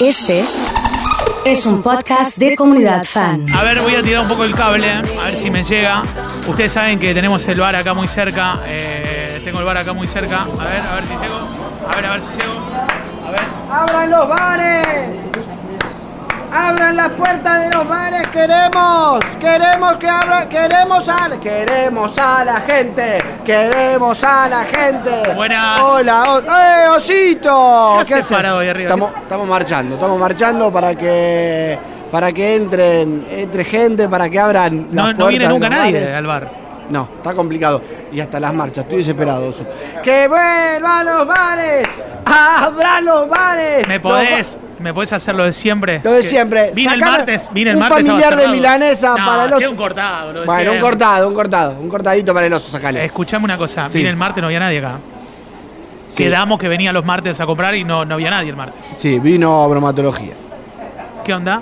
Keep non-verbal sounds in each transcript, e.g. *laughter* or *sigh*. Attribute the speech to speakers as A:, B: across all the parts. A: Este es un podcast de comunidad fan.
B: A ver, voy a tirar un poco el cable, a ver si me llega. Ustedes saben que tenemos el bar acá muy cerca. eh, tengo el bar acá muy cerca. A ver, a ver si llego. A ver, a ver si llego. A ver.
C: ¡Abran los bares! ¡Abran las puertas de los bares! ¡Queremos! ¡Queremos que abran! ¡Queremos a, la- queremos a la gente! ¡Queremos a la gente!
B: Buenas.
C: ¡Hola! o- ¡Eh, osito!
B: ¿Qué haces
C: haces?
B: parado ahí arriba?
C: Estamos, estamos marchando, estamos marchando para que para que entren, entre gente, para que abran las
B: No,
C: puertas
B: no viene
C: de
B: nunca
C: los
B: nadie
C: bares.
B: al bar.
C: No, está complicado. Y hasta las marchas, estoy desesperado. Oso. ¡Que vuelvan los bares! ¡Abran los bares!
B: ¿Me
C: Los
B: podés, ¿Me podés hacer lo de siempre?
C: Lo de
B: Que
C: siempre.
B: Vine el
C: Sacame
B: martes, vine el
C: un
B: martes. estaba
C: familiar de
B: cerrado.
C: milanesa
B: No,
C: para el
B: hacía
C: oso.
B: un cortado, lo de
C: Bueno, un
B: siempre.
C: cortado, un cortado, un cortadito para el oso, sacale.
B: Escuchame una cosa,
C: Sí.
B: vine el martes, no había nadie acá.
C: Sí.
B: Quedamos que venía los martes a comprar y no, no había nadie el martes.
C: Sí, vino bromatología.
B: ¿Qué onda?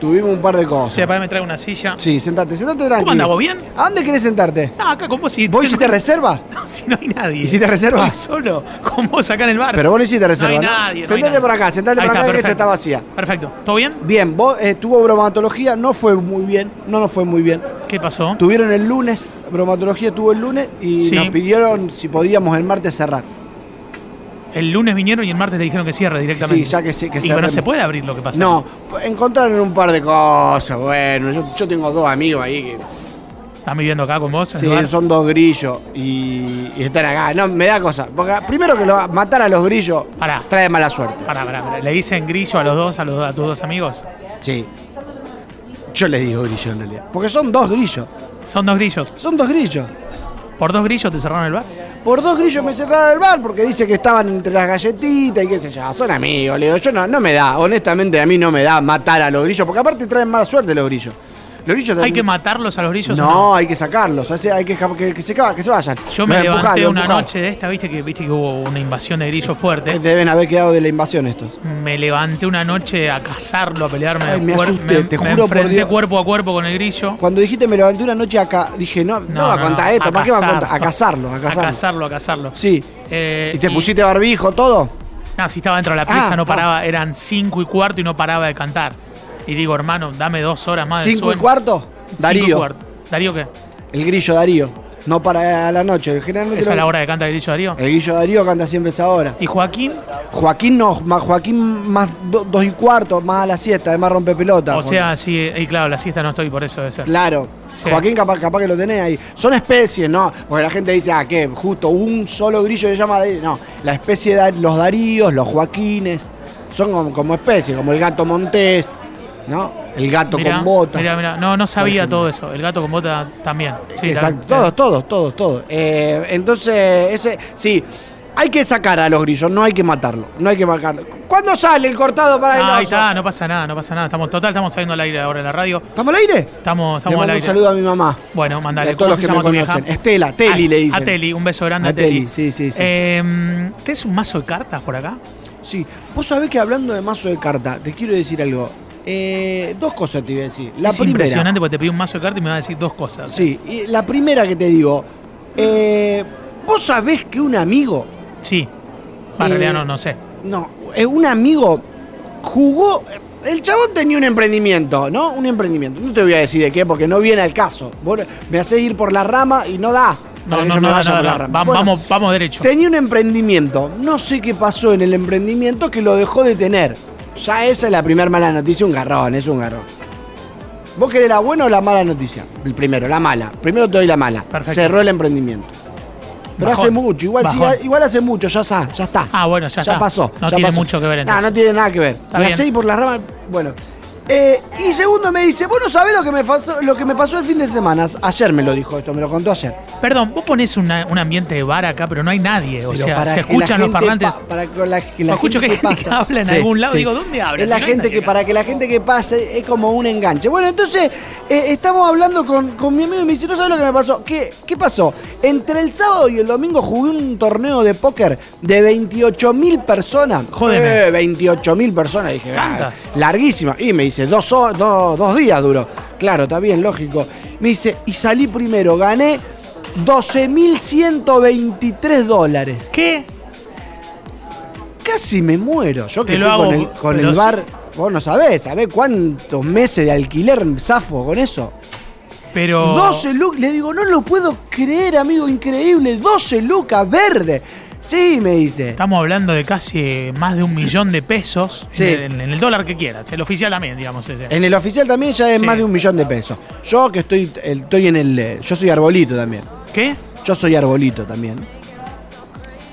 C: Tuvimos un par de cosas.
B: O sea, para me trae una silla.
C: Sí, sentate, sentate tranquilo.
B: andás, vos bien?
C: ¿A dónde querés sentarte?
B: No, acá con vos si.
C: ¿Vos hiciste reserva?
B: No, si no hay nadie.
C: ¿Hiciste reserva?
B: Estoy solo, con vos acá en el bar.
C: Pero vos no hiciste reserva,
B: No hay
C: ¿no?
B: nadie. no hay
C: Sentate
B: nadie.
C: por acá, sentate
B: Ahí
C: por acá que esta
B: perfecto.
C: está vacía.
B: Perfecto. ¿Todo bien?
C: Bien, vos eh, tuvo bromatología, no fue muy bien, no nos fue muy bien.
B: ¿Qué pasó?
C: Tuvieron el lunes, bromatología tuvo el lunes y
B: Sí.
C: nos pidieron si podíamos el martes cerrar.
B: El lunes vinieron y el martes le dijeron que cierre directamente.
C: Sí, ya que sí, que
B: Y
C: cierre.
B: pero no se puede abrir lo que pasa.
C: No, encontraron un par de cosas, bueno, yo, yo tengo dos amigos ahí que
B: ¿Están viviendo acá con vos? en el
C: sí,
B: bar?
C: son dos grillos y, y están acá. No, me da cosa. Porque primero que lo- matar a los grillos
B: Pará.
C: trae mala suerte.
B: Pará, pará, pará. ¿Le dicen grillo a los dos, a, los, a tus dos amigos?
C: Sí. Yo les digo grillo en realidad. Porque son dos grillos.
B: Son dos grillos.
C: Son dos grillos.
B: ¿Por dos grillos te cerraron el bar?
C: Por dos grillos me cerraron el bar porque dice que estaban entre las galletitas y qué sé yo. Son amigos, le digo. Yo no, no me da, honestamente a mí no me da matar a los grillos. Porque aparte traen mala suerte los grillos. Los
B: ¿Hay
C: grillos también-
B: que matarlos a los grillos? o
C: No, hay que sacarlos, hay que- hay que, que, que se, ca- que se vayan.
B: Yo me
C: Los
B: levanté
C: empujá, los
B: una
C: empujá.
B: noche de esta, viste que, viste que hubo una invasión de grillos
C: Eh,
B: fuerte.
C: Deben haber quedado de la invasión estos.
B: Me levanté una noche a cazarlo, a pelearme.
C: Ay, me
B: cuer-
C: asusté, te
B: me
C: juro por
B: enfrenté
C: Dios.
B: cuerpo a cuerpo con el grillo.
C: Cuando dijiste me levanté una noche acá, dije, no, no, va a
B: no,
C: contar
B: no,
C: esto, ¿para qué va a
B: cazar.
C: contar? A cazarlo, a cazarlo.
B: A cazarlo, a cazarlo.
C: Sí.
B: Eh,
C: ¿Y te pusiste barbijo, todo?
B: No, si estaba dentro de la pieza,
C: Ah,
B: no
C: ah.
B: paraba. Eran cinco y cuarto y no paraba de cantar. Y digo, hermano, dame dos horas más de
C: ¿Cinco y
B: sueño.
C: cuarto?
B: Cinco y
C: Darío.
B: cuarto. ¿Darío qué?
C: El grillo Darío. No para a la noche. Generalmente
B: ¿Esa
C: lo-
B: es la hora de cantar el grillo Darío?
C: El grillo Darío canta siempre a esa hora.
B: ¿Y Joaquín?
C: Joaquín no, ma- Joaquín más do- dos y cuarto, más a la siesta, además rompe pelota.
B: O sea, sí, eh, y claro, la siesta no estoy, por eso debe ser.
C: Claro.
B: Sí.
C: Joaquín capaz, capaz que lo tenés ahí. Son especies, ¿no? Porque la gente dice, ah, ¿qué? Justo un solo grillo se llama Darío. No, la especie de los Daríos, los Joaquines, son como, como especies, como el gato montés, ¿no? El gato
B: Mirá,
C: con botas.
B: mirá, mirá. No, no sabía
C: ejemplo.
B: todo eso. El gato con bota también. Sí,
C: Exacto,
B: también.
C: todos, todos, todos, todos. Eh, entonces, ese, sí, hay que sacar a los grillos, no hay que matarlo, no hay que marcarlo. ¿Cuándo sale el cortado para el
B: Ah, ahí
C: oso?
B: está, no pasa nada, no pasa nada. Estamos, total, estamos saliendo al aire ahora en la radio.
C: ¿Estamos al aire?
B: Estamos,
C: Le
B: estamos al
C: mando un
B: aire.
C: saludo a mi mamá.
B: Bueno, mandale.
C: Y a todos
B: ¿Cómo
C: los
B: se
C: que
B: llama
C: me
B: tu vieja?
C: conocen. Estela, Teli
B: Ah,
C: le dicen.
B: A Teli, un beso grande a,
C: A Teli, sí, sí, sí.
B: Eh, ¿Tenés un mazo de cartas por acá?
C: Sí, vos sabés que hablando de mazo de carta, te quiero decir algo. Eh, dos cosas te iba a decir. La
B: es
C: primera.
B: impresionante porque te pedí un mazo de cartas y me va a decir dos cosas.
C: Sí, y la primera que te digo. eh, vos sabés que un amigo.
B: Sí. Va, en
C: Eh,
B: realidad no, no sé.
C: No, eh, un amigo jugó. El chabón tenía un emprendimiento, ¿no? Un emprendimiento. No te voy a decir de qué porque no viene al caso. Vos me haces ir por la rama y no da.
B: No,
C: para que
B: no,
C: yo me
B: no,
C: vaya
B: no,
C: por la
B: no.
C: rama.
B: Va-
C: Bueno,
B: vamos, vamos derecho.
C: Tenía un emprendimiento. No sé qué pasó en el emprendimiento que lo dejó de tener. Ya esa es la primera mala noticia. Un garrón, es un garrón. ¿Vos querés la buena o la mala noticia? El primero, la mala. Primero te doy la mala.
B: Perfecto.
C: Cerró el emprendimiento. Pero
B: Bajón.
C: hace mucho, igual, sí,
B: Bajón.
C: igual hace mucho, ya, sa- ya está.
B: Ah, bueno, ya está.
C: pasó.
B: No
C: ya
B: tiene
C: pasó.
B: mucho que ver,
C: No,
B: entonces.
C: no tiene nada que ver.
B: Está
C: Me
B: bien.
C: hacé ir por la rama. Bueno. Eh, y segundo me dice, vos no sabés lo que me pasó, lo que me pasó el fin de semana. Ayer me lo dijo esto, me lo contó ayer.
B: Perdón, vos ponés una- un ambiente de bar acá, pero no hay nadie. O
C: Pero
B: sea,
C: para
B: se
C: que la
B: escuchan los
C: gente
B: parlantes.
C: pa- para que la, que
B: Yo
C: la
B: escucho
C: gente
B: que hay gente que
C: pasa.
B: habla en algún lado, digo, ¿dónde habla?
C: Es la
B: Si no hay
C: gente
B: nadie
C: que
B: acá.
C: para que la gente que pase es como un enganche. Bueno, entonces eh, estamos hablando con, con mi amigo y me dice, ¿no sabes lo que me pasó? ¿Qué, ¿Qué pasó? Entre el sábado y el domingo jugué un torneo de póker de 28 mil personas.
B: Jódeme.
C: Eh, 28 mil personas, dije. "Ah,
B: ¿Tantas?
C: Larguísima. Y me dice, dos, ho- do- dos días duró. Claro, está bien, lógico. Me dice, y salí primero, gané 12.123 dólares.
B: ¿Qué?
C: Casi me muero. Yo que
B: Te lo
C: estoy
B: hago,
C: con el, con
B: pero
C: el
B: sí.
C: bar, vos no sabés, sabés cuántos meses de alquiler zafo con eso.
B: Pero.
C: 12 lucas, le digo, no lo puedo creer, amigo, increíble, 12 lucas verde. Sí, me dice.
B: Estamos hablando de casi más de un millón de pesos
C: Sí.
B: en, el, en el dólar que quieras. El oficial también, digamos. ese.
C: En el oficial también ya es
B: Sí.
C: más de un millón de pesos. Yo que estoy, el- estoy en el, eh, yo soy arbolito también.
B: ¿Qué?
C: Yo soy arbolito también.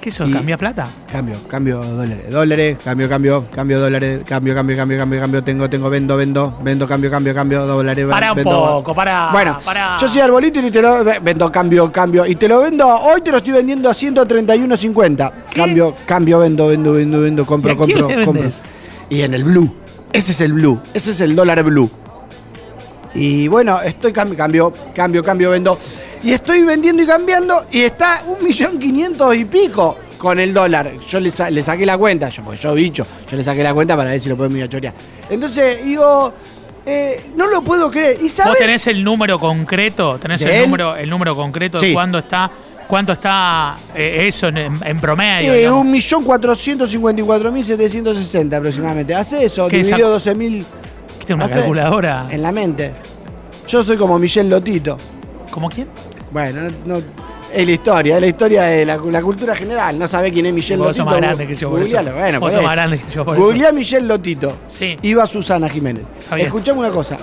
B: ¿Qué eso?
C: Y-
B: ¿Cambia plata?
C: Cambio, cambio dólares, dólares, cambio, cambio, cambio dólares, cambio, cambio, cambio, cambio, cambio, tengo, tengo, vendo, vendo, vendo, cambio, cambio, cambio, dólares.
B: Pará un
C: vendo.
B: poco, pará,
C: Bueno,
B: pará.
C: yo soy arbolito y te lo ve- vendo, cambio, cambio, y te lo vendo, hoy te lo estoy vendiendo a 131.50. Cambio, cambio, vendo, vendo, vendo, vendo, compro,
B: ¿Y a quién
C: compro,
B: le
C: compro.
B: vendés?
C: Y en el blue, ese es el blue, ese es el dólar blue. Y bueno, estoy cambio, cambio, cambio, cambio, vendo. Y estoy vendiendo y cambiando y está un millón quinientos y pico con el dólar. Yo le, sa- le saqué la cuenta, yo, porque yo bicho, yo le saqué la cuenta para ver si lo podemos ir a chorear. Entonces digo, eh, no lo puedo creer. ¿Y
B: ¿Vos
C: sabes?
B: tenés el número concreto? ¿Tenés
C: ¿De
B: el
C: él?
B: número, el número concreto
C: Sí.
B: de cuándo está, cuánto está eh, eso en, en promedio?
C: Eh,
B: digamos?
C: un millón cuatrocientos cincuenta y cuatro mil setecientos sesenta aproximadamente. Hace eso,
B: ¿Qué es
C: dividido
B: esa-
C: 12 mil
B: ¿Qué tiene una
C: hace-
B: calculadora?
C: en la mente. Yo soy como Michel Lotito.
B: ¿Cómo quién?
C: Bueno, no, no- es la historia, es la historia de la, la cultura general. No sabe quién es Michel
B: Vos
C: Lotito.
B: sos más grande que yo, por eso.
C: googlealo,
B: Vos
C: bueno, por
B: sos
C: eso.
B: más grande que yo, por eso.
C: Googleá Michel Lotito.
B: Sí.
C: Iba Susana Jiménez.
B: Está bien.
C: Escuchame una cosa.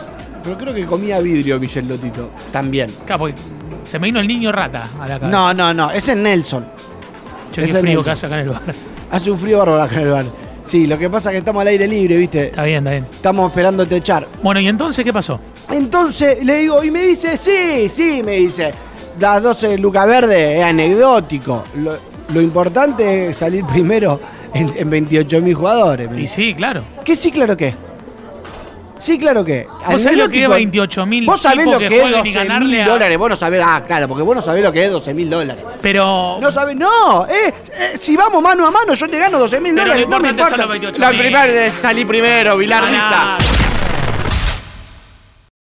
C: Pero creo que comía vidrio Michel Lotito. También.
B: Claro, porque se me vino el niño rata a la cabeza.
C: No, no, no. Ese es Nelson.
B: Che, qué
C: ese
B: frío
C: no.
B: que hace acá en el bar. *laughs*
C: Hace un frío bárbaro acá en el bar. Sí, lo que pasa es que estamos al aire libre, ¿viste?
B: Está bien, está bien.
C: Estamos esperándote echar.
B: Bueno, ¿y entonces qué pasó?
C: Entonces le digo, y me dice, sí, sí, me dice. Las 12 lucas verde es anecdótico. Lo, lo importante es salir primero en, en 28 mil jugadores. me
B: Y
C: dice.
B: sí, claro.
C: ¿Qué sí, claro que? Sí, claro que.
B: ¿Vos sabés lo que es
C: Anecdótico.
B: 28.000
C: Vos sabés
B: tipos
C: lo
B: que
C: que, es
B: juegan y
C: 12
B: ganarle
C: mil
B: a-
C: dólares. Vos no sabés, ah, claro, porque vos no sabés lo que es 12 mil dólares.
B: Pero.
C: No sabés, no, eh, eh, si vamos mano a mano, yo te gano 12 mil
B: Pero lo
C: dólares. No me
B: importante son
C: importa.
B: los 28.000.
C: La primera es salir primero, bilardista.
B: Pará,